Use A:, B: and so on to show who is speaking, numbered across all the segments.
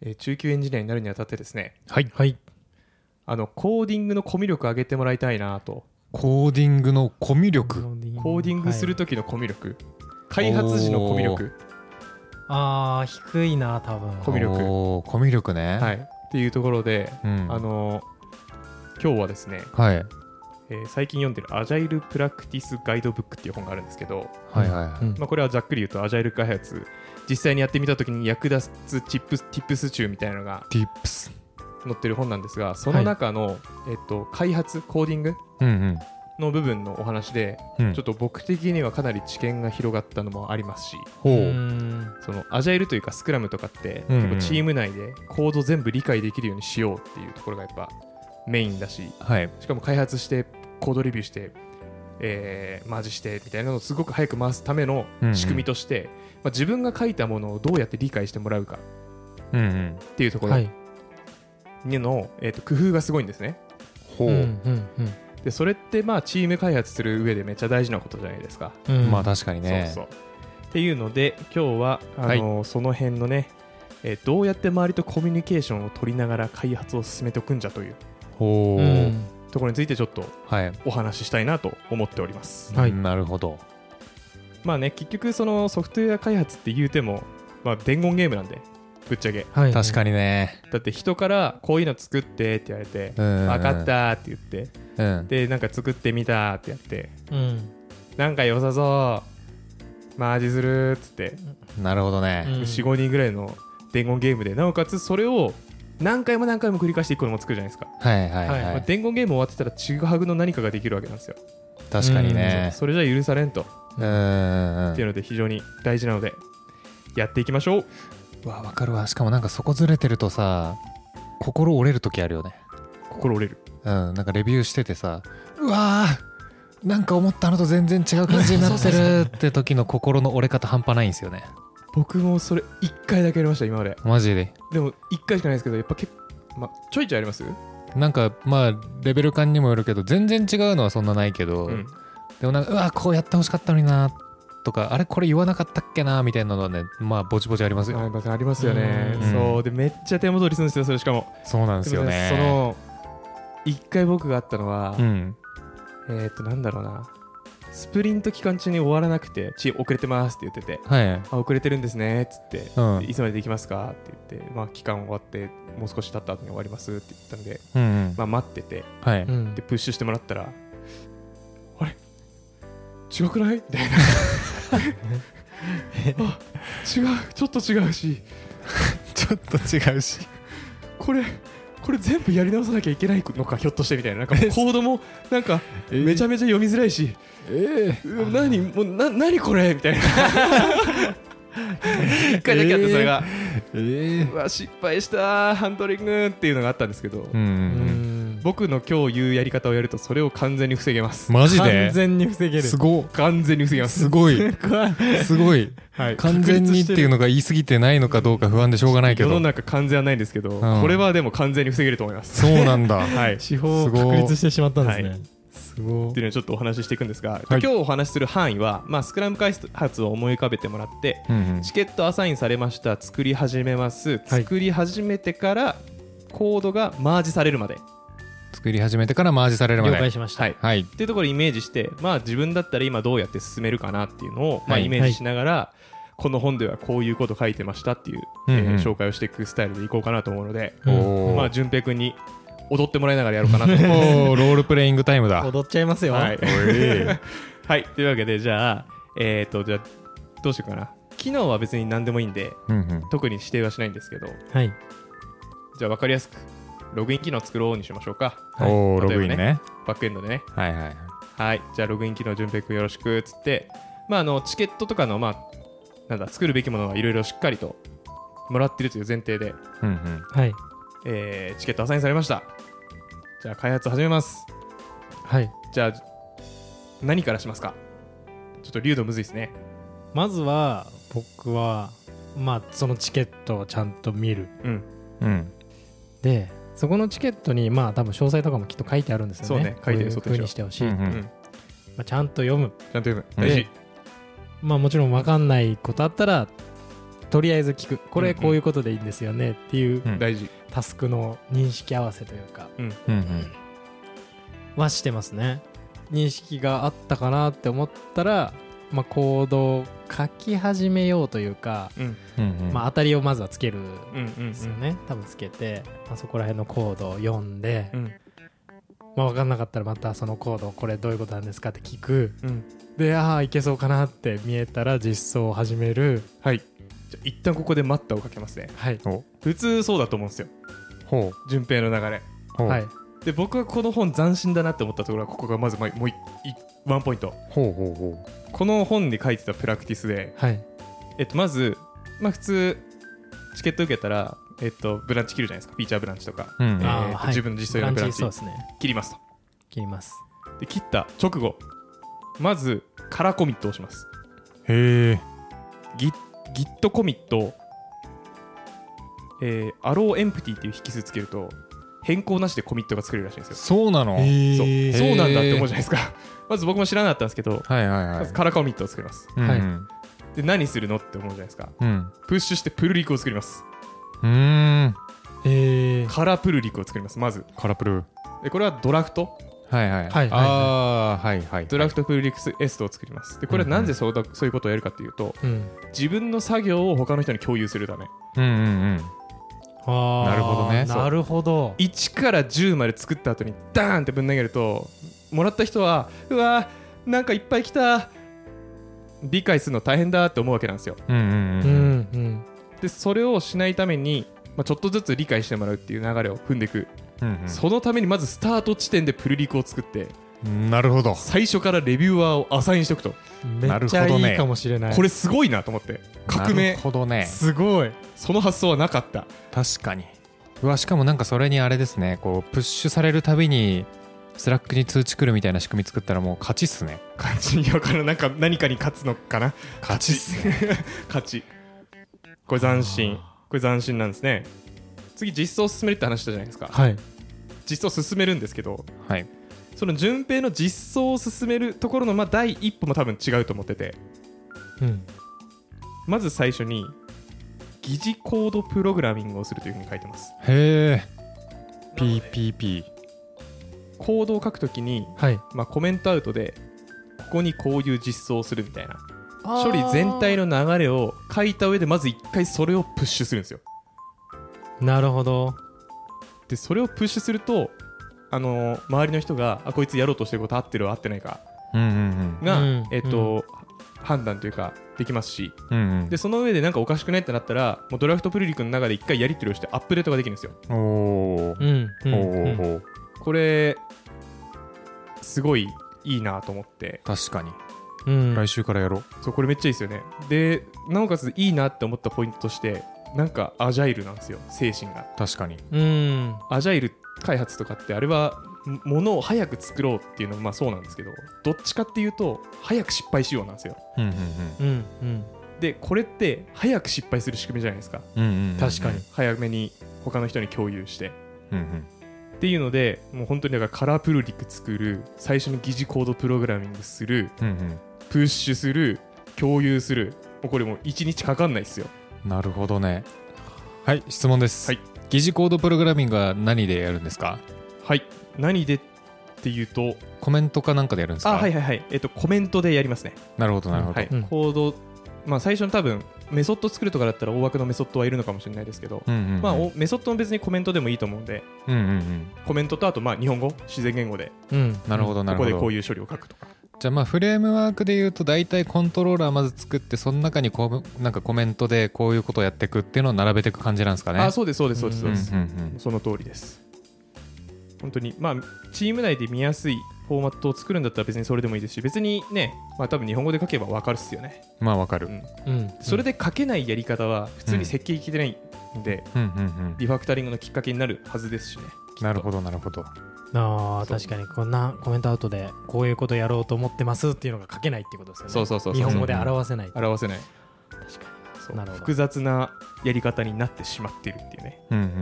A: えー中級エンジニアになるにあたってですね
B: はい、はい、
A: あのコーディングのコミュ力上げてもらいたいなと
B: コーディングのコミュ力
A: コーディングする
C: と、
A: 時のコミュ力、開発時のコミュ力、
C: ああ低いな多分
A: コミュ力
B: おーコミュ力ね
A: はい、っていうところで、
B: うん
A: あの今日はですね、
B: はい、はい
A: えー最近読んでる「アジャイル・プラクティス・ガイドブック」っていう本があるんですけど、
B: はいはい
A: まあ、これはざっくり言うとアジャイル開発実際にやってみた時に役立つチップスティップス中みたいなのが
B: Tips
A: 載ってる本なんですがその中の、えっと、開発コーディング
B: うん
A: の部分のお話で、
B: うんうん
A: ちょっと僕的にはかなり知見が広がったのもありますし
B: ほう
C: うん
A: そのアジャイルというかスクラムとかって、
B: うんうん
A: 結構チーム内でコード全部理解できるようにしようっていうところがやっぱメインだし
B: はい
A: しかも開発してコードレビューして、えーマージしてみたいなのをすごく早く回すための
B: うんうん
A: 仕組みとして、まあ、自分が書いたものをどうやって理解してもらうか
B: うんうん
A: っていうところ
C: はい
A: の、えーと工夫がすごいんですね
B: ほう、
C: うんうん
A: でそれってまあチーム開発する上でめっちゃ大事なことじゃないですか、
C: うんうん
B: まあ確かにね
A: そうそうっていうので今日はあのその辺のね、えーどうやって周りとコミュニケーションを取りながら開発を進めておくんじゃという
B: ほう、
C: うん
A: ところについてちょっと
B: はい、
A: お話ししたいなと思っております
C: はい
B: なるほど
A: まあね結局そのソフトウェア開発って言うても、まあ、伝言ゲームなんでぶっちゃけ
C: はい
B: 確か
C: に
B: にね
A: だって人からこういうの作ってって言われて
B: うんうんうん
A: 分かったって言って
B: うん
A: でなんか作ってみたってやって
C: うん
A: なんか良さそうマージするっつって
B: なるほどね、
C: うん
A: 45人ぐらいの伝言ゲームでなおかつそれを何回も何回も繰り返していくのも作るじゃないですか、
B: はいはいはい、
A: まあ伝言ゲーム終わってたらちぐはぐの何かができるわけなんですよ、
B: 確かにね
A: それじゃ許されんと
B: うんうんうん
A: っていうので非常に大事なのでやっていきましょう
B: うわわかるわしかもなんかそこずれてるとさ心折れる時あるよね
A: 心折れる
B: うんなんかレビューしててさうわーなんか思ったのと全然違う感 じになってるって時の心の折れ方半端ないんですよね
A: 僕もそれ1回だけやりました今まで
B: マジで
A: でも1回しかないですけどやっぱ結構、ま、ちょいちょいあります
B: なんかまあレベル感にもよるけど全然違うのはそんなないけど、
A: うん
B: でもなんかうわこうやってほしかったのになとかあれこれ言わなかったっけなみたいなのはねまあぼちぼちありますよ、
A: ありますありますよね
B: うん
A: そうでめっちゃ手元りするんですよそれしかも
B: そうなんですよね
A: でもねその1回僕があったのは、
B: うん
A: えっとなんだろうなスプリント期間中に終わらなくて「ち遅れてます」って言ってて
B: はい
A: 「あ遅れてるんですね」っつって
B: う
A: 「
B: ん、
A: いつまでできますか?」って言って「まあ期間終わってもう少し経った後に終わります」って言ったんで、
B: うんうん
A: まあ、待ってて
B: はい、
C: うん
A: でプッシュしてもらったら「あれ違くない?」みたい なあ違うちょっと違うし
B: ちょっと違うし
A: これこれ全部やり直さなきゃいけないのかひょっとしてみたいななんかもうコードもなんかめちゃめちゃ読みづらいし、
B: ええ
A: う何もうな何これみたいな一回だけあってそれが、
B: ええ
A: うわ失敗したハンドリングっていうのがあったんですけど、
B: うんうん
A: 僕の今日言うやり方をやるとそれを完全に防げます、
B: マジ
C: 完
B: で
C: 全に防げる
B: すご
A: 完全に防げます
B: すごいすごい
A: はい
B: 完全にっていうのが言い過ぎてないのかどうか不安でしょうがないけ
A: 世の
B: ど
A: 中完全はないんですけど、
B: ん
A: これはでも完全に防げると思います
B: そうなん だ
A: はい
C: 手法
B: す
C: を
B: ごい
C: 確立してしまったんです
A: は
C: ね
A: い
C: すご
A: っ
C: い
A: ていうのをちょっとお話ししていくんですが、
B: は
A: 今
B: い
A: 日お話しする範囲は、まあ、スクラム開発を思い浮かべてもらって
B: うんうん
A: チケットアサインされました作り始めます
C: はい
A: 作り始めてからコードがマージされるまで、
B: 作り始めてからマージされるま
C: 了
B: で
C: 解しました
A: はい
B: はい
A: っていうところをイメージして、まあ、自分だったら今どうやって進めるかなっていうのを、まあ、
B: はい
A: イメージしながら、この本ではこういうこと書いてましたっていう、
B: うんうん
A: えー紹介をしていくスタイルでいこうかなと思うので、
C: うん
B: お
A: まあ、
B: ー
A: 順平君に踊ってもらいながらやろうかなと思います。
B: おーロールプレイングタイムだ
C: 踊っちゃいます よ
A: はい、はい、というわけでじゃあえっ、とじゃあどうしようかな機能は別に何でもいいんで
B: うんうん
A: 特に指定はしないんですけど
C: はい
A: じゃあ分かりやすくログイン機能作ろうにしましょうか
C: はい
B: おーロ
A: 例えばね
B: グインね
A: バックエンドでね
B: はいはい
A: はいじゃあログイン機能順平君よろしくっつってまああのチケットとかのまあなんだ作るべきものはいろいろしっかりともらってるという前提で、
B: うんうん
C: はい
A: えーチケットアサインされましたじゃあ開発始めます
C: はい
A: じゃあ何からしますかちょっと流度むずいですね
C: まずは僕はまあそのチケットをちゃんと見る
A: うん
B: うん
C: でそこのチケットにまあ多分詳細とかもきっと書いてあるんですよね
A: そうね書いてる
C: こういう風にしてほしい、
B: うんう
C: ま
B: ん
C: あ、ちゃんと読む
A: ちゃんと読む
B: うん
A: 大事
C: まあもちろん分かんないことあったらとりあえず聞く
A: う
C: こ
A: ん
C: れ
A: うん
C: こういうことでいいんですよねっていう
B: うん
A: 大事
C: タスクの認識合わせというか
B: うんうん
C: はしてますね認識があったかなって思ったら、まあ、行動を書き始めようというか、
A: うん
B: うんうん
C: まあ、当たりをまずはつけるん
A: うんうん
C: ですよね、多分つけて、まあ、そこら辺のコードを読んで、
A: うん
C: まあ、分かんなかったらまたそのコードこれどういうことなんですかって聞く
A: うん
C: でああいけそうかなって見えたら実装を始める
A: はいじゃあ一旦ここで待ったをかけますね
C: はい
B: お
A: 普通そうだと思うんですよ
B: ほ
A: 順平の流れ
B: うほう、
C: はい
A: で僕はこの本斬新だなって思ったところはここがまずまもういいワンポイント
B: ほうほうほ
A: この本に書いてたプラクティスで、
C: はい
A: えっと、まず、まあ、普通チケット受けたら、えっと、ブランチ切るじゃないですかフィーチャーブランチとか、
B: う、うんうん、
A: え
C: あ
A: ーと
C: はい
A: 自分の実装用のブランチ
C: そうですね
A: 切りますと
C: 切ります
A: で切った直後まずカラーコミットをします
B: へえ
A: Git, Git コミットを、えー、アローエンプティっていう引数つけると変更なしでコミットが作れるらしいんですよ、
B: そうなの、
A: そうそうなんだって思うじゃな
B: へー
A: いですかまず僕も知らなかったんですけど、
B: はいはいは
A: ま
B: い
A: ずカラーコミットを作ります
B: うん
C: はい
B: うん
A: で何するのって思うじゃないですか
B: うん
A: プッシュしてプルリクを作ります
B: うーん
C: えー、
A: カラープルリクを作りますまず
B: カラプル
A: でこれはドラフト
B: はいはい
C: はいはいはい
B: あーはいはい
A: ドラフトプルリクスエストを作りますでこれはなぜそうだそういうことをやるかっていうと
C: うん
A: 自分の作業を他の人に共有するため
B: うんうん
C: あー
B: なるほどね
C: なるほど
A: 1から10まで作った後にダーンってぶん投げるともらった人はうわーなんかいっぱい来た理解するの大変だって思うわけなんですよ
B: うんうんうんうん
C: うんうん
A: でそれをしないために、まあ、ちょっとずつ理解してもらうっていう流れを踏んでいく、
B: うん
A: そのためにまずスタート地点でプルリクを作って
B: うんなるほど
A: 最初からレビューアーをアサインしとくと
C: め
B: なる
C: っ
B: ほ
C: ち
B: ど
C: ゃ
B: ね
C: いいかもしれない
A: これすごいなと思って革
B: な
A: 命
B: るほどね
C: すごい
A: その発想はなかった
B: 確かにうわしかもなんかそれにあれですねこうプッシュされるたびにスラックに通知来るみたいな仕組み作ったらもう勝ちっすね
A: 感じに分からんなんか何かに勝つのかな
B: 勝ちっすね
A: 勝ち これ斬新これ斬新なんですね次実装を進めるって話したじゃないですか
C: はい
A: 実装を進めるんですけど
B: はい
A: その順平の実装を進めるところのまあ第一歩も多分違うと思ってて
C: うん
A: まず最初に疑似コードプログラミングをするというふうに書いてます
B: へえ PPP
A: コードを書くときに、
C: はい
A: まあ、コメントアウトでここにこういう実装をするみたいな処理全体の流れを書いた上でまず一回それをプッシュするんですよ
C: なるほど
A: でそれをプッシュするとあのー周りの人があこいつやろうとしてること合ってる合ってないか
B: うんうん
A: が、
C: うん
A: えっと判断というかできますし
B: うんうん
A: でその上でなんかおかしくないってなったらもうドラフトプルリクの中で一回やり取りをしてアップデートができるんですよ
B: うんおー
C: うんう
B: お
C: ん
B: ーお
C: うん
B: ー
A: これすごいいいなと思って
B: 確かに
C: うん
B: 来週からやろう
A: そうこれめっちゃいいですよねでなおかついいなって思ったポイントとしてなんかアジャイルなんですよ精神が
B: 確かに
C: うん
A: アジャイル開発とかってあれはもものを早く作ろうっていうのもまあそうなんですけどどっちかっていうと早く失敗しようなんですよ
B: うんうん
C: うんうん
A: でこれって早く失敗する仕組みじゃないですか
B: うんうんうんうん
C: 確かに
A: 早めに他の人に共有して
B: うんうん
A: っていうのでもう本当にだからカラープルリク作る最初に疑似コードプログラミングする
B: うん
A: プッシュする共有するもうこれもう1日かかんないですよ
B: うんなるほどねはい質問です
A: はい
B: 疑似コードプログラミングは何でやるんですか
A: はい何でっていうと
B: コメントかなんかでやるんですか
A: あはいはいはいえっとコメントでやりますね
B: なるほどなるほど
A: はい、
C: うん
A: コードまあ最初の多分メソッド作るとかだったら大枠のメソッドはいるのかもしれないですけど、
B: うんうんうん
A: まあ、おメソッドも別にコメントでもいいと思うんで
B: うんうんうん
A: コメントとあとまあ日本語自然言語で
C: うん
B: なるほどな
A: ここ
B: るほ
A: で
B: ど
A: こういう処理を書くとか
B: じゃあまあフレームワークで言うと大体コントローラーまず作ってその中にこうなんかコメントでこういうことをやっていくっていうのを並べていく感じなんですかね
A: あそうですそうですそうですそうです、
B: うんうん
A: その通りです本当にまあチーム内で見やすいフォーマットを作るんだったら別にそれでもいいですし別にねまあ多分日本語で書けば分かるっすよね
B: うんまあわかる
A: うん
C: うん
A: それで書けないやり方は普通に設計聞いてないんで、
B: うんうんうん
A: リファクタリングのきっかけになるはずですしね
B: なるほどなるほど
C: ああ
A: そう
C: 確かにこんなコメントアウトでこういうことやろうと思ってますっていうのが書けないっていうことですよね
A: そうそうそうそう
C: 日本語で表せない
A: 表せない
C: 確か
A: そう
C: なるほど
A: 複雑なやり方になってしまってるっていうね
B: うんうんうん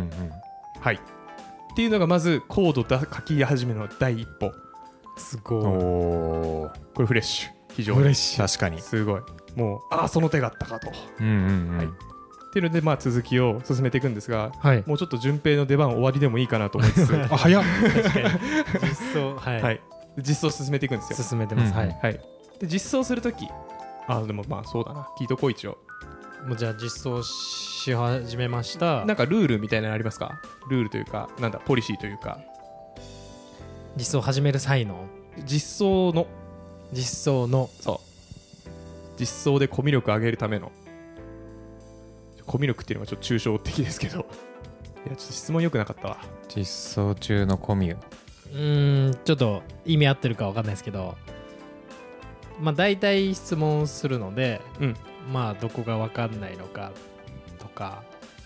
A: はいっていうのがまずコードだ書き始めの第一歩
C: にすごい
B: おー
A: これフレッシュ非常
C: 嬉
A: に
C: しい
B: 確かに
A: すごいもうああその手があったかと
B: うんうんうん
A: はいっていうので、まあ、続きを進めていくんですが
B: はい
A: もうちょっと順平の出番終わりでもいいかなと思いつつ、
B: あ早っ
C: 確かに実装はい、
A: はい、実装進めていくんですよ。
C: 進めてます、
B: うん
C: はい
A: はい、で実装するときあでもまあそうだな聞いとこう一応
C: もうじゃあ実装し始めました
A: なんかルールみたいなのありますかルールというかなんだポリシーというか
C: 実装始める際の
A: 実装の
C: 実装の
A: そう実装でコミュ力上げるためのコミュ力っていうのがちょっと抽象的ですけどい やちょっと質問良くなかったわ
B: 実装中のコミュ
C: うーんちょっと意味合ってるかわかんないですけどまあ大体質問するので、
A: うん
C: まあどこがわかんないのかとか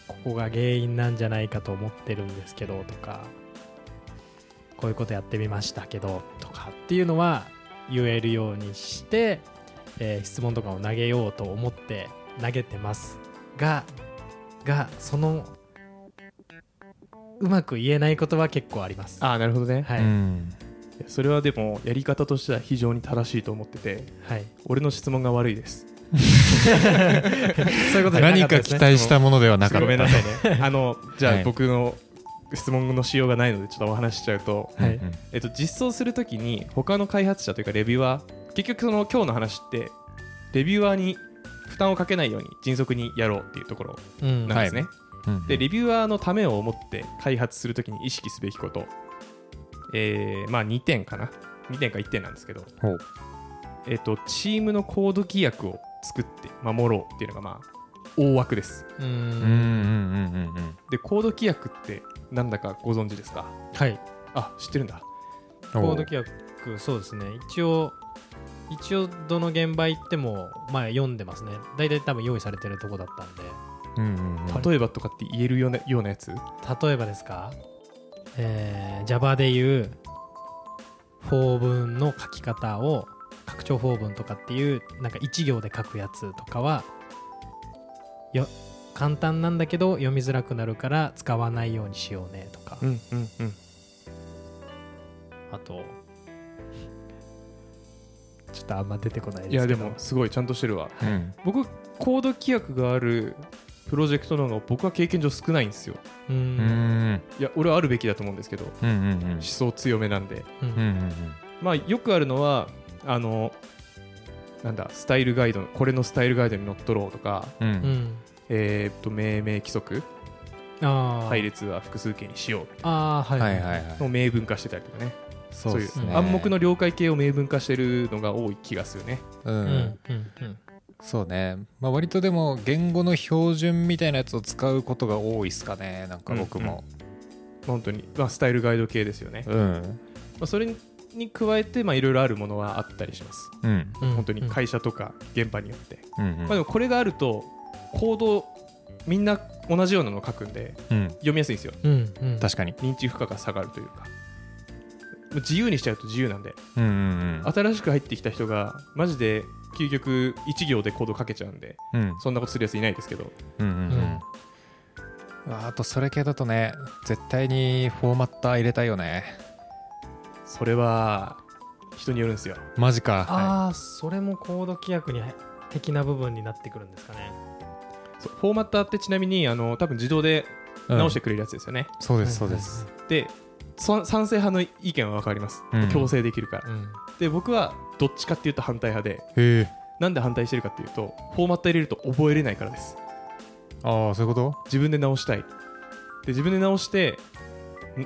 C: ここが原因なんじゃないかと思ってるんですけどとかこういうことやってみましたけどとかっていうのは言えるようにして、えー質問とかを投げようと思って投げてますががそのうまく言えないことは結構あります。
A: ああなるほどね、
C: はい、
B: うん
A: いやそれはでもやり方としては非常に正しいと思ってて
C: はい
A: 俺の質問が悪いです
C: そういうことじゃな
B: 何
C: った
B: か
C: です
B: 期
C: ね
B: 待したものではなか
A: ご
B: っ
A: めん
B: た
A: なさいねあのじゃあ、
B: はい
A: 僕の質問の仕様がないのでちょっとお話ししちゃうと
C: はい
B: うんうん
A: えっと、実装するときに他の開発者というかレビューアー結局その今日の話ってレビューアーに負担をかけないように迅速にやろうっていうところ
C: うん
A: なんですね、
B: うんうん
A: でレビューアーのためを思って開発するときに意識すべきこと、えーまあ2点かな2点か1点なんですけど、
B: ほう
A: えっと、チームのコード規約を作って守ろうっていうのがまあ大枠です
C: う
B: うんうんう
C: ん
B: んうんうん
A: でコード規約ってなんだかご存知ですか
C: はい
A: あ知ってるんだ
C: コード規約そうですね一応一応どの現場行ってもまあ読んでますね大体多分用意されてるとこだったんで
B: うんうんうん
A: 例えばとかって言えるようなようなやつ
C: 例えばですかえー Java でいう法文の書き方を拡張法文とかっていうなんか1行で書くやつとかはよ簡単なんだけど読みづらくなるから使わないようにしようねとか
A: うんうんうん
C: あと、ちょっとあんま出てこないですけ
A: いや
C: ど。
A: でもすごいちゃんとしてるわ
B: うん
A: 僕コード規約があるプロジェクトの方が僕は経験上少ないんですよ
C: うー、
B: うんうんん
A: いや俺はあるべきだと思うんですけど
B: うんうんうん
A: 思想強めなんで
B: う
C: う、
B: んんうん
A: まあよくあるのはあのなんだスタイルガイドこれのスタイルガイドにのっとろうとか
B: うん
C: う
B: うん
C: ん。
A: えーっと命名規則
C: ああ。
A: 配列は複数形にしようみたい
C: ああ、はい。
B: はいはい
A: なの
B: は
A: を
B: い
A: 明文化してたりとかね
B: そうです
A: い
B: ね
A: 暗黙の了解系を明文化してるのが多い気がするね
B: う
C: うんん、うん、うん。
B: そうね、まあ、割とでも言語の標準みたいなやつを使うことが多いっすかねなんか僕も
A: 本当にまあスタイルガイド系ですよねま
B: うんうん、
A: あそれに加えてまあいろいろあるものはあったりします
B: うん
C: うん
A: 本当に会社とか現場によって、
B: うん
A: まあ、でもこれがあると行動みんな同じようなのを書くんで
B: うん
A: 読みやすいんですよ
C: うん、うん。
B: 確かに
A: 認知負荷が下がるというかもう自由にしちゃうと自由なんで
B: うんうん
A: 新しく入ってきた人がマジで究極1行でコード書けちゃうんで
B: うんうん
A: そんなことするやついないですけど
B: うんうんうんあとそれ系だとね絶対にフォーマッター入れたいよね
A: それは人によるんですよ
B: マジかは
C: ああ、それもコード規約に的な部分になってくるんですかね。
A: そうフォーマッターってちなみにあの多分自動で
B: いうん
A: 直してくれるやつですよね、
B: そうですそ
C: は
B: う
C: い
B: です。
A: でそ賛成派の意見は分かります、
B: うん
A: 強制できるから
C: うん。
A: で僕はどっちかっていうと反対派で
B: へえ
A: なんで反対してるかっていうとフォーマット入れると覚えれないからです
B: ああそういうこ
A: 自分で直したいで自分で直してん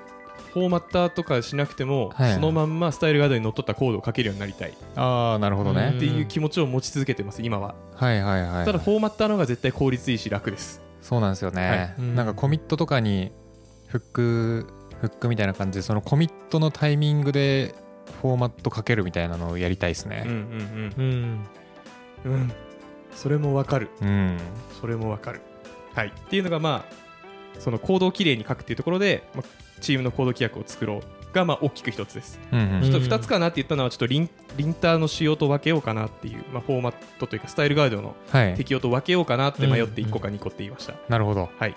A: フォーマッターとかしなとかしなくても、
B: はい
A: そのまんまスタイルガードにのっとったコードを書けるようになりたいっ
B: とああなるほどね
C: うん
A: ていう気持ちを持ち続けてます今は
B: はいはいはい
A: ただフォーマッターの方が絶対効率いいし楽です
B: そうなんですよね、
C: はいうん
B: なんかコミットとかにフックフックみたいな感じでそのコミットのタイミングでフォーマットかけるみたいなのをやりたいです
A: うん
B: ね
C: う
A: う
C: ん。
A: んうんうんそれもわかる
B: うん、
A: それもわかるはいっていうのがまあその行動をきれいに書くっていうところで、まあチームの行動規約を作ろうがまあ大きく一つです
B: うんうん
A: ちょっと
C: うん
A: 2つかなって言ったのは、ちょっとリンリンターの仕様と分けようかなっていう、まあ、フォーマットというか、スタイルガイドの
B: はい
A: 適用と分けようかなって迷って
C: うん
A: 1個か2個って言いました。
B: なるほど
A: はい、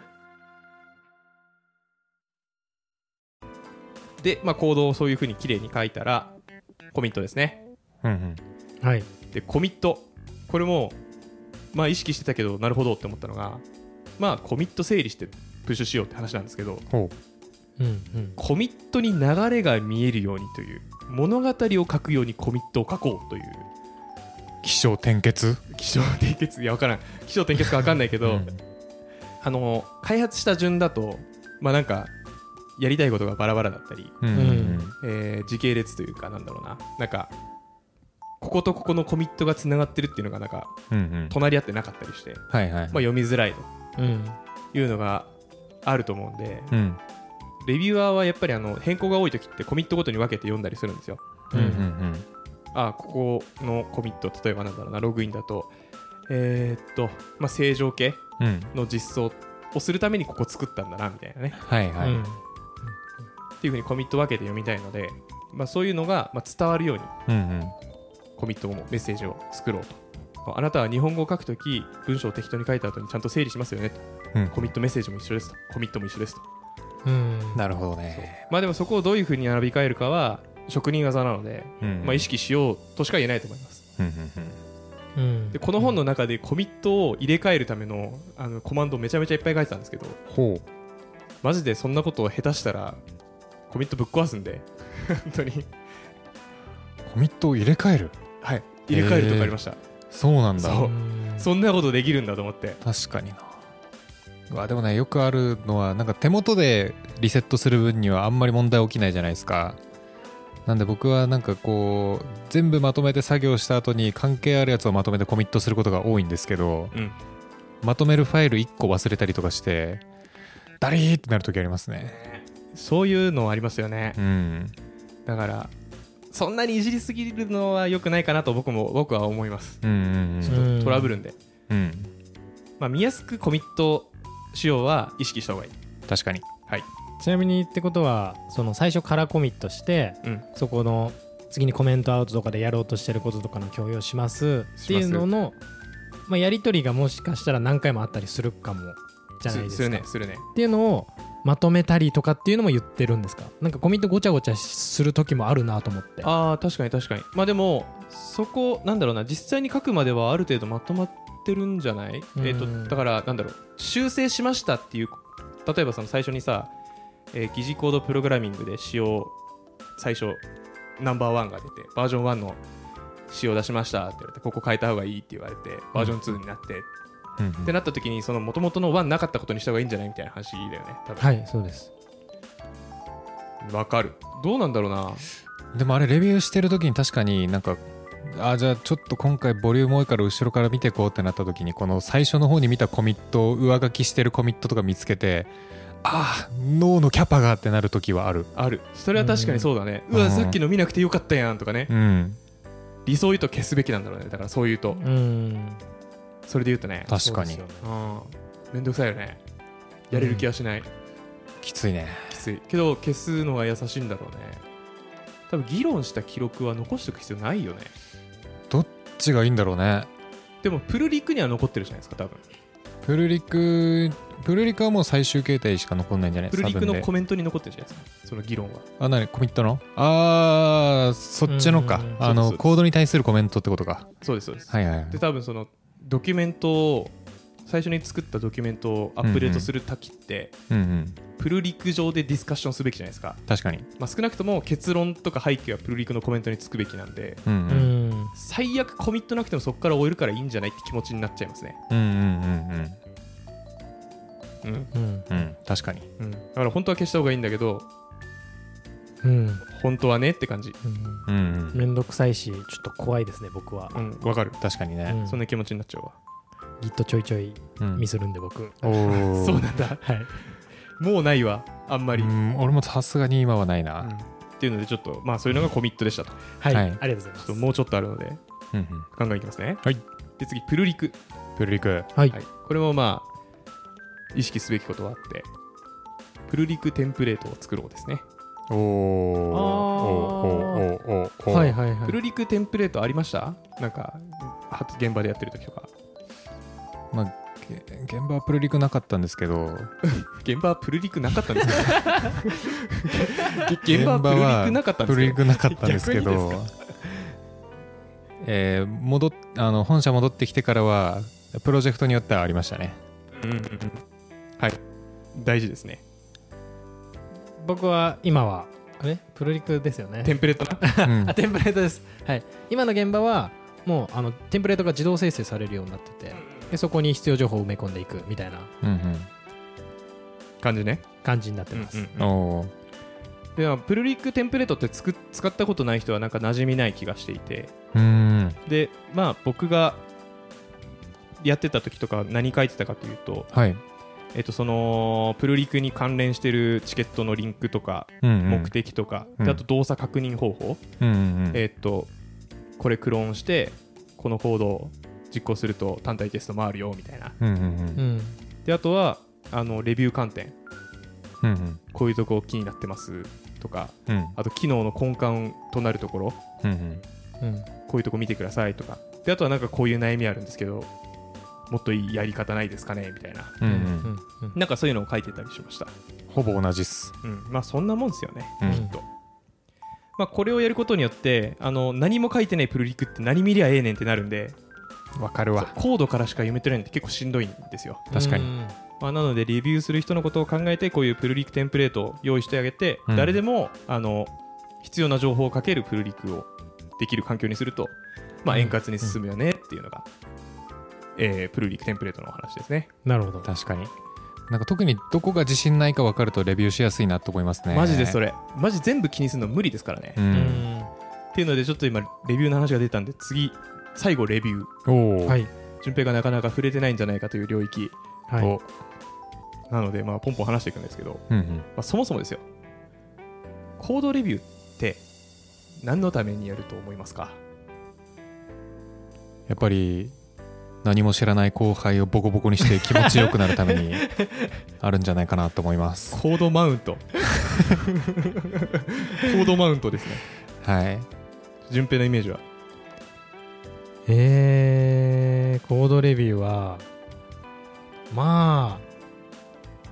A: で、まあ、コードをそういうふうに綺麗に書いたらコミットですね
B: うんうん
C: はい
A: でコミットこれもまあ意識してたけどなるほどって思ったのがまあコミット整理してプッシュしようって話なんですけど
B: ほ
C: うんうん
A: コミットに流れが見えるようにという物語を書くようにコミットを書こうという
B: う起承転結
A: 気象転結いや分からん気象転結か分かんないけど、
B: うん
A: あの開発した順だとまあなんかやりたいことがバラバラだったり、
B: うんうん
A: えー時系列というかなんだろうななんかこことここのコミットがつながってるっていうのがなんか
B: うんうん
A: 隣り合ってなかったりして、ま
B: はいはい
A: あ、読みづらい
C: うん
A: というのがあると思うんで
B: うん
A: レビュアーはやっぱりあの変更が多い時ってコミットごとに分けて読んだりするんですよ
B: うんうん
A: あここのコミット例えばなんだろうなログインだとえーっと、まあ、正常系
B: うんうん
A: の実装をするためにここ作ったんだなみたいなね
B: はいはい
C: うん
A: っていうふうにコミット分けて読みたいので、まあ、そういうのがまあ伝わるように
B: うん
A: コミットもメッセージを作ろうとあなたは日本語を書くとき文章を適当に書いた後にちゃんと整理しますよねと
B: うん
A: コミットメッセージも一緒ですとコミットも一緒ですと
C: うん
B: なるほどね
A: まあでもそこをどういうふうに並び替えるかは職人技なので、
B: うん
A: まあ、意識しようとしか言えないと思います
B: うんうん
C: うん
A: でこの本の中でコミットを入れ替えるためのあのコマンドめちゃめちゃいっぱい書いてたんですけど
B: ほ
A: マジでそんなことを下手したらコミットぶっ壊すんで 本当に
B: うコミットを入れ替える
A: はい入れ替えるとかありました、
B: そうなんだ
A: そう
C: うん
A: そんなことできるんだと思って
B: 確かになうわでもねよくあるのはなんか手元でリセットする分にはあんまり問題起きないじゃないですかなんで僕はなんかこう全部まとめて作業した後に関係あるやつをまとめてコミットすることが多いんですけど
A: うん
B: まとめるファイル1個忘れたりとかしてダリーってなる時ありますね
A: そういうのありますよね
B: うん
A: だからそんなにいじりすぎるのは良くないかなと僕も僕は思います
B: うんうん
A: ちょっとトラブルんで、
B: うんうん
A: まあ、見やすくコミット仕様は意識した方がいい
B: 確かに
A: はい
C: ちなみにってことはその最初からコミットして
A: うん
C: そこの次にコメントアウトとかでやろうとしてることとかの共有をしますっていうののまあ、やり取りがもしかしたら何回もあったりするかもじゃないですか
A: るねするね
C: っていうのをまとめたりとかっていうのも言ってるんですかなんかコミットごちゃごちゃする時もあるなと思って
A: ああ確かに確かにまあでもそこなんだろうな実際に書くまではある程度まとまってるんじゃない、
C: ん
A: えっとだからなんだろう修正しましたっていう例えばその最初にさ、えー疑似コードプログラミングで仕様最初ナンバーワンが出てバージョン1の仕様出しましたって言われてここ変えた方がいいって言われてバージョン2になって、
B: うんうん
A: ってなった時にその元々の1なかったことにした方がいいんじゃないみたいな話だよね多分
C: はいそうです
A: わかるどうなんだろうな
B: でもあれレビューしてる時に確かになんかあじゃあちょっと今回ボリューム多いから後ろから見てこうってなった時にこの最初の方に見たコミットを上書きしてるコミットとか見つけてああ脳のキャパがってなる時はある
A: あるそれは確かにそうだね
B: う
A: うんわさっきの見なくてよかったやんとかね
B: うん
A: 理想を言うと消すべきなんだろうねだからそう言うと
C: うん
A: それで言うとね
B: 確かに、
C: そうですよね
A: うんめんどくさいよねやれる気はしない
B: きついね
A: きついけど消すのが優しいんだろうね多分議論した記録は残しておく必要ないよね
B: どっちがいいんだろうね
A: でもプルリクには残ってるじゃないですか多分
B: プルリクプルリクはもう最終形態しか残んないんじゃない
A: プルリク
B: 差分
A: の
B: で
A: コメントに残ってるじゃないですかその議論は
B: あ何コミットのああそっちのか
C: うん
B: あ
A: そう
B: の
A: です
B: コードに対するコメントってことか
A: そうですそうです
B: はいはいはい
A: で多分そのドキュメントを最初に作ったドキュメントをアップデートする時って、
B: うんうん
A: プルリク上でディスカッションすべきじゃないですか
B: 確かに
A: まあ、少なくとも結論とか背景はプルリクのコメントにつくべきなんで
B: うんうん
C: うん
A: 最悪コミットなくてもそこから終えるからいいんじゃないって気持ちになっちゃいますね、
B: うんうんうんうん
A: うん
C: うん
B: うん、確かに。
A: だから本当は消した方がいいんだけど
C: うん
A: 本当はねって感じ
C: うん
B: うん、
C: めんどくさいしちょっと怖いですね僕は
A: うんわかる、
B: 確かにね。
A: そんな気持ちになっちゃうわ
C: ギットちょいちょい
B: うん
C: ミスるんで僕
B: お ー
A: そうなんだ
C: はい
A: もうないわあんまり、
B: う
A: うん
B: ん俺もさすがに今はないな。
A: っていうのでちょっとまあそういうのがコミットでしたとちょ
C: はい、
B: はい
C: ありがとうございま
A: っ
C: す
A: ともうちょっとあるので
B: うんうん
A: ガンガンいきますね
B: はい
A: で次プルリク、
B: プルリク
C: はい
A: はい、これもまあ意識すべきことはあってプルリクテンプレートを作ろうですね
B: おーおーおーおーおーおー
C: はいはいは
A: プ
C: い
A: ルリクテンプレートありましたなんかは現場でやってる時とか
B: まあげ現場はプルリクなかったんですけど
A: 現場はプルリクなかったん ですけど現場はプルリクなかったんで
B: プ
A: す
B: ル
A: け
B: リ
A: ど
B: クなかったんです
A: 逆に
B: けどえー戻っあの本社戻ってきてからはプロジェクトによってはありましたね
A: うんうんうんはい大事ですね
C: 僕は今はあれプルリクですよね
A: テンプレートな
B: うん
C: あテンプレートです、はい、今の現場はもうあのテンプレートが自動生成されるようになっててでそこに必要情報を埋め込んでいくみたいな
B: うん
A: 感じね、
C: 感じになってます、
B: うんおー
A: でまあプルリクテンプレートってつく使ったことない人はなんか馴染みない気がしていて
B: うーん
A: でまあ僕がやってた時とか何書いてたかというと、
B: はい
A: えっと、そのプルリクに関連してるチケットのリンクとか
B: うんうん
A: 目的とか、
B: うん
A: であと動作確認方法、
B: うんうんうん
A: えっとこれクローンしてこのコードを実行すると単体テスト回るよみたいな
B: うんうん
C: うん
A: であとはあのレビュー観点
B: うんうん
A: こういうとこ気になってますとか
B: うん
A: あと機能の根幹となるところ
B: うんうん
C: うん
A: こういうとこ見てくださいとかであとはなんかこういう悩みあるんですけどもっといいやり方ないですかねみたいな
B: う
C: うん
B: うん
C: んうん
A: なんかそういうのを書いてたりしました、
B: ほぼ同じっす
A: うん、まあそんなもんですよね、
B: うん
A: きっと、まあ、これをやることによってあの何も書いてないプルリクって何見りゃええねんってなるんで
B: わかるわ
A: コードからしか読めてないんで結構しんどいんですよ、
B: 確かに
C: うん
A: まあ、なのでレビューする人のことを考えてこういうプルリクテンプレートを用意してあげて、
B: うん
A: 誰でもあの必要な情報をかけるプルリクをできる環境にすると、まあ、
C: うん
A: 円滑に進むよねっていうのが、えープルリクテンプレートのお話ですね
C: なるほど
B: 確かになんか特にどこが自信ないか分かるとレビューしやすいなと思いますね
A: マジでそ
B: れ
A: れマジ全部気にするの無理ですからね、
B: う
A: っ
B: ん
A: ていうのでちょっと今レビューの話が出たんで次最後レビュー
B: お
C: う
B: お
C: んはい
A: 順平がなかなか触れてないんじゃないかという領域
C: はい
B: お
A: なのでまあポンポン話していくんですけど
B: うんうん
A: まあ、そもそもですよコードレビューって何のためにやると思いますか
B: やっぱり何も知らない後輩をボコボコにして気持ちよくなるため にあるんじゃないかなと思います
A: コードマウン トコードマウントですね
B: はい
A: 順平のイメージは
C: えー、コードレビューはまあ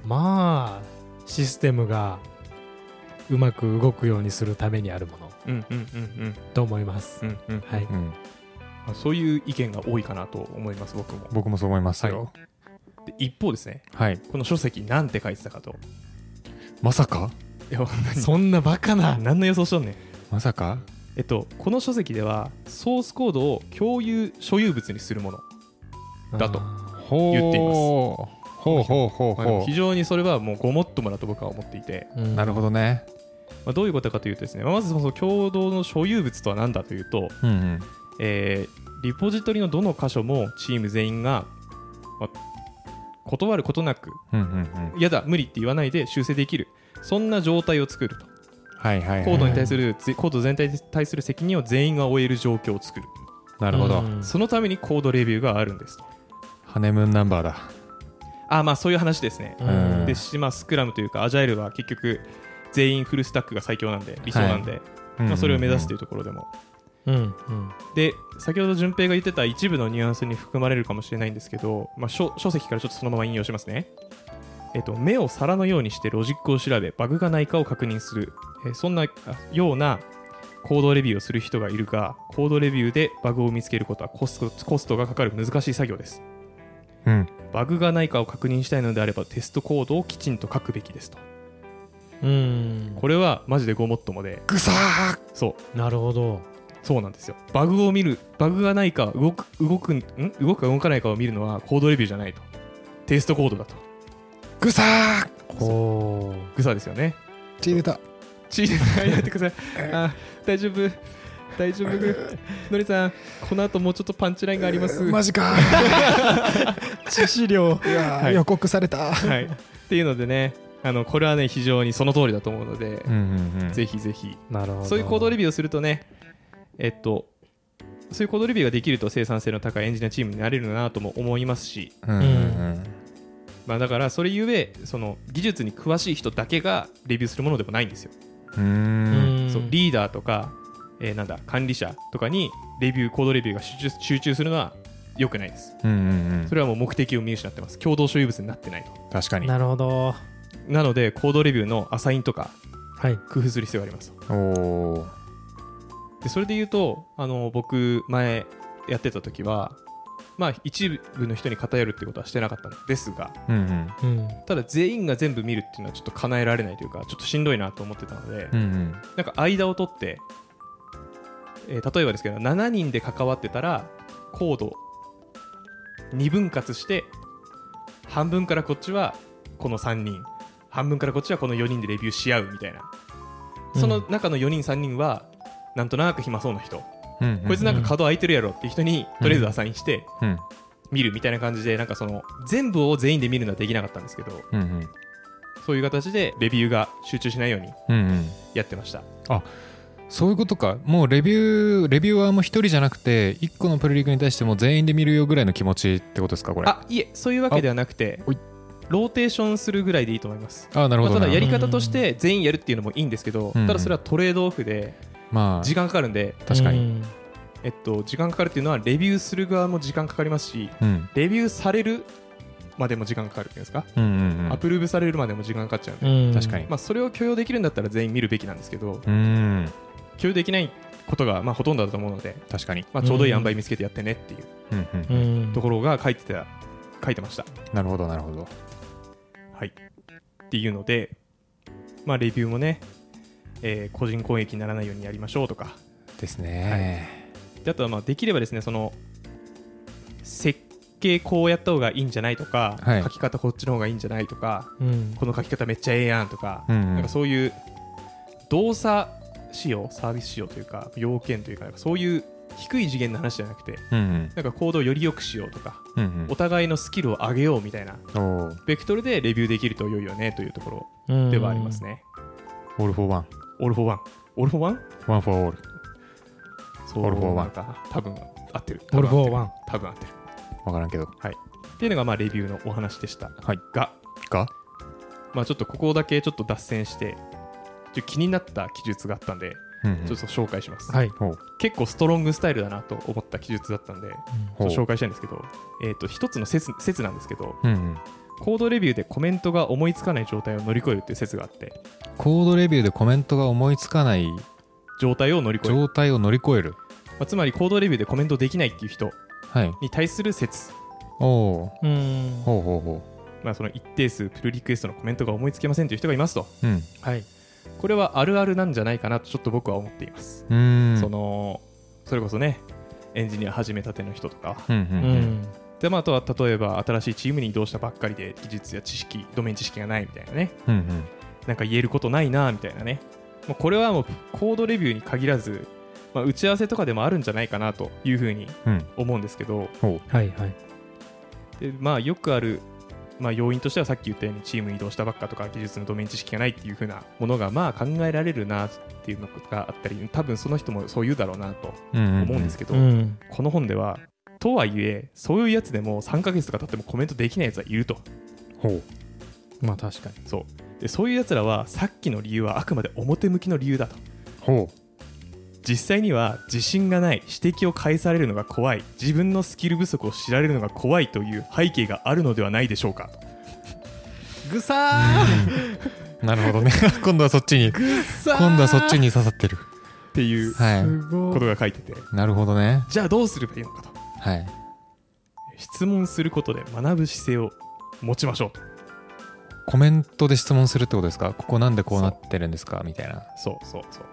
C: まあシステムがうまく動くようにするためにあるもの
A: うんうんうん
C: と思います、
A: うんうん
C: はい、
B: うん
A: まあ、そういう意見が多いかなと思います僕も
B: 僕もそう思いますよ
A: で一方ですね
B: はい、
A: この書籍なんて書いてたかと
B: まさか
A: いや
C: そんなバカな
A: 何の予想しとんねん
B: まさか
A: えっとこの書籍ではソースコードを共有所有物にするものだと
B: ほ
A: 言っています
B: ほうほうほう
A: まあでも
B: ほ
A: 非常にそれはもうごもっともだと僕は思っていて
B: うなるほ
C: ど
B: どね
A: まあ、どういうことかというとですね、まあまずそもそも共同の所有物とは何だというと、
B: うんうん
A: えーリポジトリのどの箇所もチーム全員が、まあ断ることなく
B: うんうんうん
A: やだ無理って言わないで修正できるそんな状態を作ると
B: はいはい、はい、
A: コードに対する、ぜコード全体に対する責任を全員が負える状況を作る
B: なるほど、
A: そのためにコードレビューがあるんですと
B: ハネムーンナンバーだ
A: あーまあそういう話ですね、
B: うん
A: でしまあスクラムというかアジャイルは結局全員フルスタックが最強なんで理想なんで、まあ、それを目指すといううところでも
C: うんうん
A: で先ほど順平が言ってた一部のニュアンスに含まれるかもしれないんですけど、まあ、書書籍からちょっとそのまま引用しますね、えっと、目を皿のようにしてロジックを調べバグがないかを確認する、えーそんなあようなコードレビューをする人がいるがコードレビューでバグを見つけることはコストコストがかかる難しい作業です
B: んうん
A: バグがないかを確認したいのであればテストコードをきちんと書くべきですと
C: うん
A: これはマジでごもっともで
B: ぐさー
A: そう
C: なるほど
A: そうなんですよバグを見るバグがないか動く動くん動くか動かないかを見るのはコードレビューじゃないとテストコードだと
B: ぐさー
C: こ
A: グサですよね
B: 血入れた
A: チーズやってくださいあ大丈夫大丈夫のりさんこの後もうちょっとパンチラインがあります
B: ジ か
A: 致死量
B: いやー
A: はい
B: 告された
A: はいっていうのでねあのこれはね非常にその通りだと思うので
B: うんうんうん
A: ぜひぜひ
C: うなるほど
A: そういうコードレ
C: ビ
A: ビューをするとねえっとそういうコードレビューができると生産性の高いエンジニアチームになれるなとも思いますし、
B: うんうん
A: まあ、だからそれゆえその技術に詳しい人だけがレビューするものでもないんですよ、
B: うんうん
A: そうリーダーとか、えーなんだ管理者とかにレビューコードレビューが集中集中するのは良くないです
B: うんうん
A: それはもう目的を見失ってます共同所有物になってないと
B: 確かに
C: なるほど
A: なのでコードレビューのアサインとか
C: はい
A: 工夫する必要があります
B: おおー
A: でそれで言うとあの僕前やってた時はまあ一部の人に偏るってことはしてなかったんですが
B: うん
C: うん
A: ただ全員が全部見るっていうのはちょっと叶えられないというかちょっとしんどいなと思ってたので、
B: うんうん
A: なんか間を取って、えー例えばですけど7人で関わってたらコード2分割して半分からこっちはこの3人半分からこっちはこの4人でレビューし合うみたいなその中の4人3人はなんとなく暇そうな人、
B: うんうん
A: こいつなんか角空いてるやろっていう人にとりあえずアサインして
B: うん
A: 見るみたいな感じでなんかその全部を全員で見るのはできなかったんですけど
B: うんうん
A: そういう形でレビューが集中しないように
B: うんうん
A: やってました
B: そういうことかもうレビューレビューはもう一人じゃなくて一個のプレリーグに対してもう全員で見るよぐらいの気持ちってことですかこれ
A: あいえそういうわけではなくて
B: あおい
A: ローテーションするぐらいでいいと思います、
B: あなる
A: ま
B: ほ
A: あ、た
B: ど
A: だ
B: な
A: や
B: る
A: り
B: ほど
A: 方として全員やるっていうのもいいんですけど、
B: うん
A: ただそれはトレードオフで
B: ま
A: 時間かかるんで、
B: 確かに
C: に
A: えっと、時間かかるっていうのはレビューする側も時間かかりますし
B: あうん
A: レビューされるまでも時間かかるっていうんですか、
B: うんうんう
A: ア
B: ん
A: プローブされるまでも時間かかっちゃうんで、
C: うん
B: 確かに
A: まあ、それを許容できるんだったら全員見るべきなんですけど
B: うん
A: 許容できないことがまあほとんどだと思うので、
B: 確かに
A: まあ、ちょうどいい塩梅見つけてやってねっていう
B: うんうん
C: うん
A: ところが書いてた書いてました
B: なるほどなるほど
A: はい、っていうので、まあ、レビューもね、えー個人攻撃にならないようにやりましょうとか
B: ですね
A: であとはまあできればですねその設計こうやった方がいいんじゃないとか、
B: はい
A: 書き方こっちの方がいいんじゃないとか
C: うん
A: この書き方めっちゃええやんとか,、
B: うんうん
A: なんかそういう動作仕様サービス仕様というか要件というかなんかそういう低い次元の話じゃなくて
B: うん
A: なんか行動をより良くしようとか
B: うんうん
A: お互いのスキルを上げようみたいな
B: おおー
A: ベクトルでレビューできると良いよねというとこ
C: うん
A: ろではありますね。
B: オールフォーワン
A: オール・フォー・ワン。オール・フォー・ワン
B: ワンフォーオール
A: そう
B: オールフォーワン
A: なのか。多分合ってる。
C: オールフォーワン
A: 多分合ってる。
B: わからんけど
A: っていうのがまあレビューのお話でした。
B: はい
A: が、
B: か
A: まあ、ちょっとここだけちょっと脱線して、ちょっと気になった記述があったんで、
B: うんうん
A: ちょっと紹介します。
C: はい
B: おう
A: 結構ストロングスタイルだなと思った記述だったんで、ちょ
B: ほ
A: っ
B: う
A: と紹介したいんですけど、えっ、と、一つの説説なんですけど、
B: うんうん
A: コードレビューでコメントが思いつかない状態を乗り越えるっていう説があって、
B: コードレビューでコメントが思いつかない
A: 状態を乗り越える。
B: 状態を乗り越える
A: まあ、つまり、コードレビューでコメントできないっていう人
B: はい
A: に対する説。
B: おお
C: うん
B: ほうほうほ
A: まあ、その一定数プルリクエストのコメントが思いつきませんという人がいますと
B: ううん
C: はい
A: これはあるあるなんじゃないかなとちょっと僕は思っています、
B: うーん
A: そのそれこそねエンジニア始めたての人とか
B: うんう
C: うん
B: うん
C: ん
A: で、まあ、あとは例えば新しいチームに移動したばっかりで技術や知識ドメイン知識がないみたいなね
B: うんうん
A: なんか言えることないなみたいなねもうこれはもうコードレビューに限らず、まあ、打ち合わせとかでもあるんじゃないかなというふうに
B: うん
A: 思うんですけど
B: ほ
C: はいはい
A: で、まあ、よくある、まあ、要因としてはさっき言ったようにチーム移動したばっかとか技術のドメイン知識がないっていう風なものがまあ考えられるなっていうのがあったり多分その人もそう言うだろうなと
B: ううん
A: 思うんです
B: け
A: けど、
C: うん
A: この本ではとはいえそういうやつでも3ヶ月とか経ってもコメントできないやつはいると
B: どほう
C: まあ確かに
A: そうでそういうやつらはさっきの理由はあくまで表向きの理由だと
B: ほ
A: 実際には自信がない指摘を返されるのが怖い自分のスキル不足を知られるのが怖いという背景があるのではないでしょうかと
C: ぐさ
B: うなるほど ね今度はそっちに
C: ーさ
B: 今度はそっちに刺さってる
A: っていう
B: は
C: すご
A: こ
C: い
A: とが書いてて
B: いなるほどね
A: じゃあどうすればいいのかと
B: はい
A: 質問することで学ぶ姿勢を持ちましょうと
B: コメントで質問するってことですかここなんでこうなってるんですかみたいな
A: そうそうそう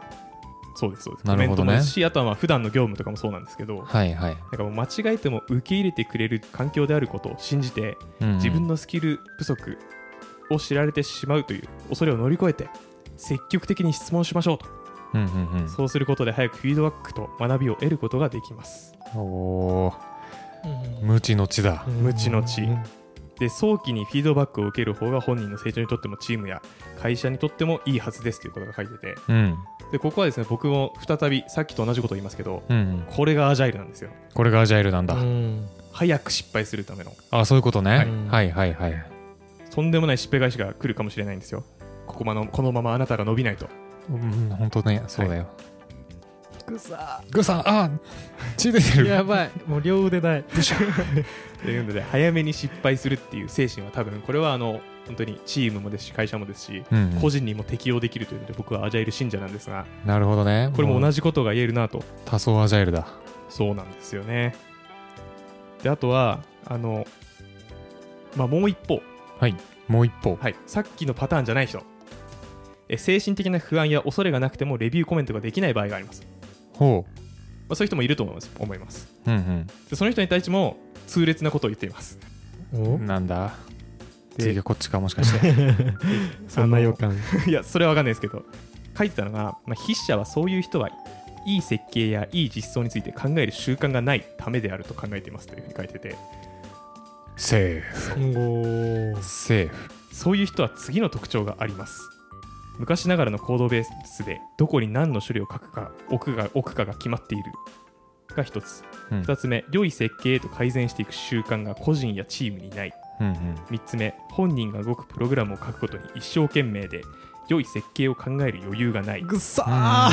A: そうですそうです、
B: な
A: コメ
B: る
A: ン
B: ほど
A: ト
B: ね
A: もですしあとはまあ普段の業務とかもそうなんですけど
B: はいは
A: な
B: い、
A: んかもう間違えても受け入れてくれる環境であることを信じて
B: うんうん
A: 自分のスキル不足を知られてしまうという恐れを乗り越えて積極的に質問しましょうと
B: うんうんうん
A: そうすることで早くフィードバックと学びを得ることができます
B: おお無知の知だ
A: 無知の知
C: うん
A: で早期にフィードバックを受ける方が本人の成長にとってもチームや会社にとってもいいはずですということが書いてて
B: うん
A: でここはですね僕も再びさっきと同じことを言いますけど
B: うんうん
A: これがアジャイルなんですよ
B: これがアジャイルなんだ、
C: うん
A: 早く失敗するための
B: あそういうことね、
C: はい
B: はい、はいはい
A: とんでもないしっぺ返しが来るかもしれないんですよここまのこのままあなたが伸びないと
B: うん本当ねそうだよ、
C: くさ
B: グーさんあ血出てる
C: やばいもう両腕ない
A: というので早めに失敗するっていう精神は多分これはあの本当にチームもですし会社もですし
B: うんうん
A: 個人にも適用できるというので僕はアジャイル信者なんですが
B: なるほどね
A: これも同
B: じ
A: じことが言えるなと
B: 多層アジャイルだ
A: そうなんですよねであとはあのまあもう一方
B: もう一方
A: はい、さっきのパターンじゃない人え精神的な不安や恐れがなくてもレビューコメントができない場合があります、ま
B: ほ
A: あ、そういう人もいると思います思います
B: ううん
A: でその人に対しても痛烈なことを言っています
B: う
C: お
B: んなんだ
A: で
B: 次はこっちかもしかして
C: そんな予感
A: いやそれは分かんないですけど書いてたのが、まあ、筆者はそういう人はいい設計やいい実装について考える習慣がないためであると考えていますというふうに書いてて
B: セーフ
C: おお
B: セーフ
A: そういう人は次の特徴があります昔ながらの行動ベースでどこに何の処理を書くか置くが置くかが決まっているが1つ
B: うん
A: 2つ目良い設計へと改善していく習慣が個人やチームにない
B: うんうん
A: 3つ目本人が動くプログラムを書くことに一生懸命で良い設計を考える余裕がない
C: くさ
B: あ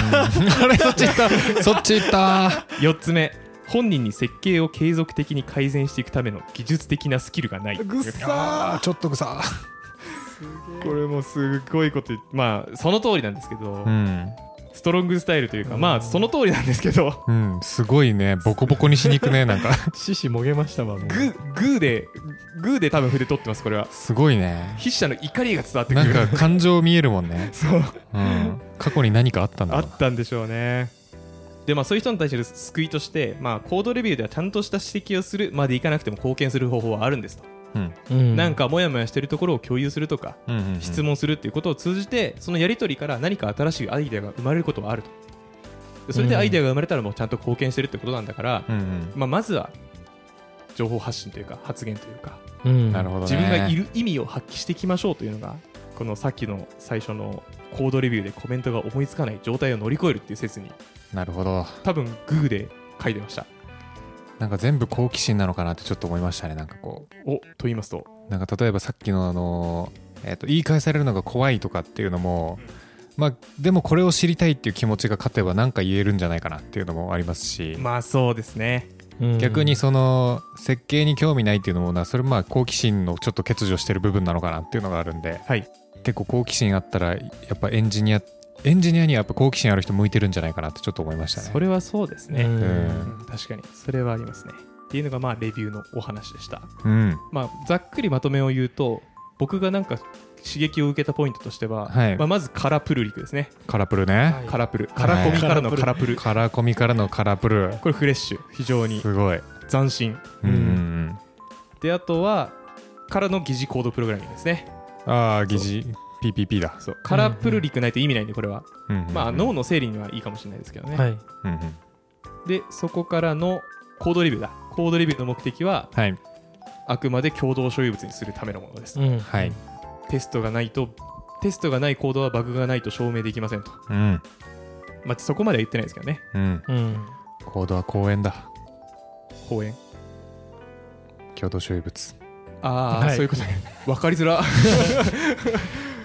B: れそっち行ったそっち行った
A: 4つ目本人に設計を継続的に改善していくための技術的なスキルがない
C: ぐっさ
B: あーちょっとくさ
A: これもすごいことまあその通りなんですけど、
B: うん
A: ストロングスタイルというかまあその通りなんですけど
B: うんすごいねボコボコにしに行くねなんか
C: 獅子もげましたわもう
A: グーグーでグーで多分筆取ってますこれは
B: すごいね
A: 筆者の怒りが伝わってく
B: なん
A: る
B: か感情見えるもんね、
A: そう
B: うん、過去に何かあったんだ
A: あ
B: ろう
A: ったんでしょうねでまあそういう人に対する救いとして、まあ、コードレビューではちゃんとした指摘をするまでいかなくても貢献する方法はあるんですと、
B: うん
A: なんかモヤモヤしてるところを共有するとか
B: うんうんうん
A: 質問するっていうことを通じてそのやり取りから何か新しいアイデアが生まれることはあるとでそれでアイデアが生まれたらもうちゃんと貢献してるってことなんだから、
B: うんうん
A: まあ、まずは情報発信というか発言というか
C: うん
B: なるほどね
A: 自分がいる意味を発揮していきましょうというのがこのさっきの最初のコードレビューでコメントが思いつかない状態を乗り越えるっていう説に
B: なるほど
A: 多分グーで書いてました
B: なんか全部好奇心なのかなってちょっと思いましたねなんかこ
A: おと言いますと
B: うなんか例えばさっきのあのえっ、と言い返されるのが怖いとかっていうのもまあでもこれを知りたいっていう気持ちが勝てば何か言えるんじゃないかなっていうのもありますし、
A: まあそうですね
B: 逆にその設計に興味ないっていうのもなそれまあ好奇心のちょっと欠如してる部分なのかなっていうのがあるんで、
A: はい
B: 結構好奇心あったらやっぱエンジニアエンジニアにはやっぱ好奇心ある人向いてるんじゃないかなってちょっと思いましたね。
A: それはそうです
C: ね
A: ね、
B: うん
A: うん確かにそれはありますねっていうのがまあレビューのお話でした
B: うん、
A: まあざっくりまとめを言うと僕がなんか刺激を受けたポイントとしては、
B: はい
A: まあ、まずカラプルリクですね、
B: カラプルね、
A: カラプル
B: い
A: カラコミからのカラプル
B: カラコミからのカラプル
A: これフレッシュ非常に
B: すごい。
A: 斬新
B: うんうん
A: であとはからの疑似コードプログラミングですね
B: うん、ああ疑似 PPP だ。
A: そうカラプルリクないと意味ないんでこれは、
B: うんうんうん
A: まあ脳の整理にはいいかもしれないですけどね、
C: はい
B: うんうん
A: でそこからのコードレビューだコードレビューの目的は
B: はい
A: あくまで共同所有物にするためのものです、
C: うん
B: はい。
A: テストがないとテストがないコードはバグがないと証明できませんと、
B: うん
A: まあ、そこまでは言ってないですけどね
B: うん。
C: うん
B: コードは公園だ。
A: 講演
B: 共同所有物。
A: ああ、
C: はい
A: そういうことね分かりづら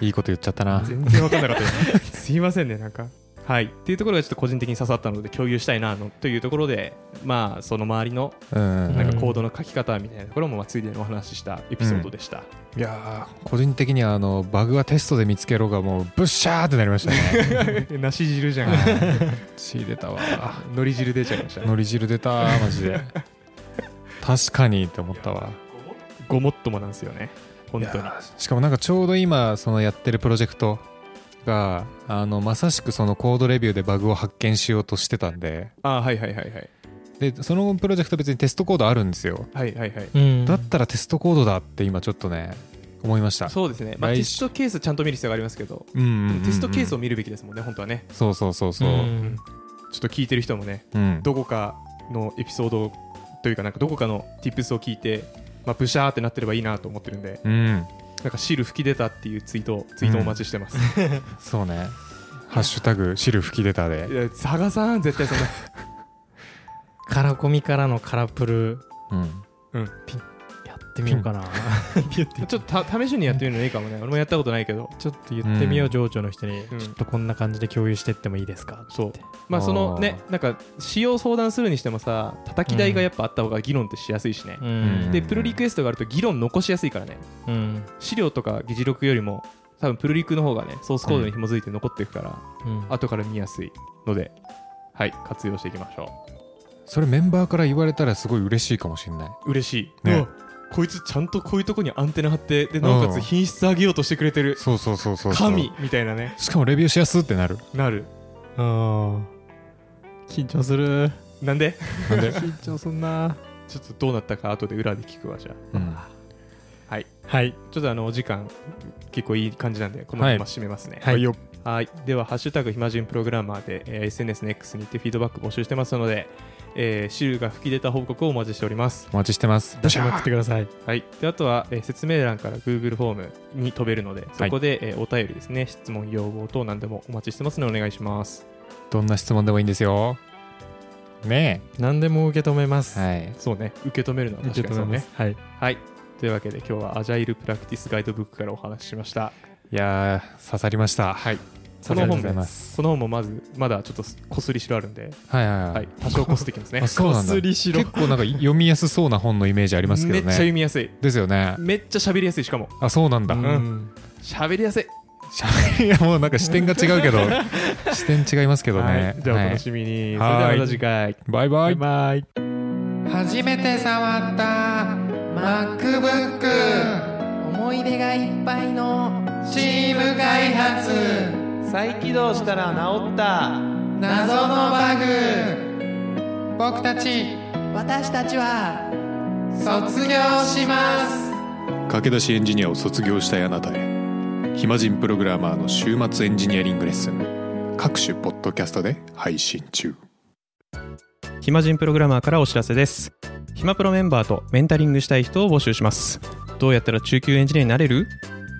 B: いいこと言っちゃったな。
A: 全然分かんなかったです すいませんねなんかはいっていうところがちょっと個人的に刺さったので共有したいなのというところでまあその周りの
B: うんうん。
A: なんかコードの書き方みたいなところもまあついでにお話ししたエピソードでした、
B: いやー個人的にはあのバグはテストで見つけろがもうブッシャーってなりましたね
A: なし汁じゃん
B: 血出たわ
A: のり汁出ちゃいました
B: のり汁出たーマジで 確かにって思ったわ
A: ごもっともなんですよね本当
B: い
A: に
B: やーしかもなんかちょうど今そのやってるプロジェクトがあのまさしくそのコードレビューでバグを発見しようとしてたんで
A: ああはいはいはいはい
B: でそのプロジェクト別にテストコードあるんですよ
A: はいはいはい
C: うん
B: だったらテストコードだって今ちょっとね思いました
A: そうですね、まあ、
B: 来
A: テストケースちゃんと見る必要がありますけど、
B: うんうんうんうん
A: テストケースを見るべきですもんね、本当はね、
B: そうそうそうそうう、
C: ん
A: ちょっと聞いてる人もね、
B: うん
A: どこかのエピソードというか、なんかどこかの tips を聞いて、まあ、ブシャーってなってればいいなと思ってるんで
B: うん
A: なんか汁吹き出たっていうツイートをツイートをお待ちしてます、
B: そうねハッシュタグ汁吹き出たで
A: いや佐賀さん絶対そんな
C: カラコミからのカラプル
B: うん
C: やってみようかなちょっ
A: ちょっとた試しにやってみるのいいかもね俺もやったことないけど
C: と言ってみよ
B: う
C: うん情緒の人に、
A: うん
C: ちょっとこんな感じで共有してってもいいですか
A: そうまあそのねなんか使用相談するにしてもさ叩き台がやっぱあった方が議論ってしやすいしね、
C: うん
A: でプルリクエストがあると議論残しやすいからね
C: うん
A: 資料とか議事録よりも多分プルリクの方がねソースコードに紐づいて残っていくから、
C: うん
A: 後から見やすいのではい活用していきましょ
B: それメンバーから言われたらすごい嬉しいかもしれな
A: う嬉しい、
B: ね
A: うわこいつちゃんとこういうとこにアンテナ張ってでなおかつ品質上げようとしてくれて
B: い
A: る
B: そうそうそうそうそう
A: 神みたいなね
B: しかもレビューしやすってなる
A: なる
C: あー緊張する
A: なんで
B: なんで、
C: 緊張すんな
A: ちょっとどうなったか後で裏で聞くわじゃあ
B: うん、
C: はい
A: ちょっとあのお時間結構いい感じなんでこの
B: は
A: ま
B: い
A: ま締めますね
C: はい
B: よ
A: はい、では、ハッシュタグ暇人プログラマーで、えー SNS の X にてフィードバック募集してますので、えー、汁が吹き出た報告をお待ちしております。
B: お待ちしてます
C: 出しまくってください
A: はい、であとは、えー説明欄から Google フォームに飛べるので、そこで、えーお便りですね、質問、要望等何でもお待ちしてますので、お願いします。
B: どんな質問でもいいんですよね
C: 何でも受け止めます、
B: えはい
A: そうね、受け止めるのは確
C: 受け
A: か
C: 止
A: にそ
C: め
A: う
C: ま
A: ね
C: す。、はい
A: はい、というわけで、今日は Agile プラクティスガイドブックからお話ししました。
B: いやー刺さりましたはい
A: こ
B: 刺さ
A: の
B: りがとう
A: 本
B: ございま
A: も、
B: す
A: この本もまず、まだちょっとこすりしろあるんで、
B: はいはいはい、
A: はい、多少こすってきますね
B: あ。そうなんだ
C: りし
B: 結構なんか読みやすそうな本のイメージありますけど
A: め
B: ね
A: っちゃ読みやすい。
B: ですよね
A: めっちゃ喋りやすい、しかも。
B: あそうなんだ、
C: うん、
A: 喋りやすい。
B: いやもうなんか視点が違う けど視点違いますけど
A: は
B: ね、
A: い、じゃあお
B: は
A: 楽
B: い
A: しみに。
B: は
A: それでは
B: い
A: また次回。
B: バイバ
C: バイ
B: イ
C: バイ
B: 初めて触った MacBook
D: 思い出がいっぱいの
B: チーム開発
D: 再起動したら治った
B: 謎のバグ僕たち
D: 私たちは
B: 卒業します
E: 駆け出しエンジニアを卒業したいあなたへ暇人プログラマーの週末エンジニアリングレッスン各種ポッドキャストで配信中
A: 暇人プログラマーからお知らせです。暇プロメンバーとメンタリングしたい人を募集します。どうやったら中級エンジニアになれる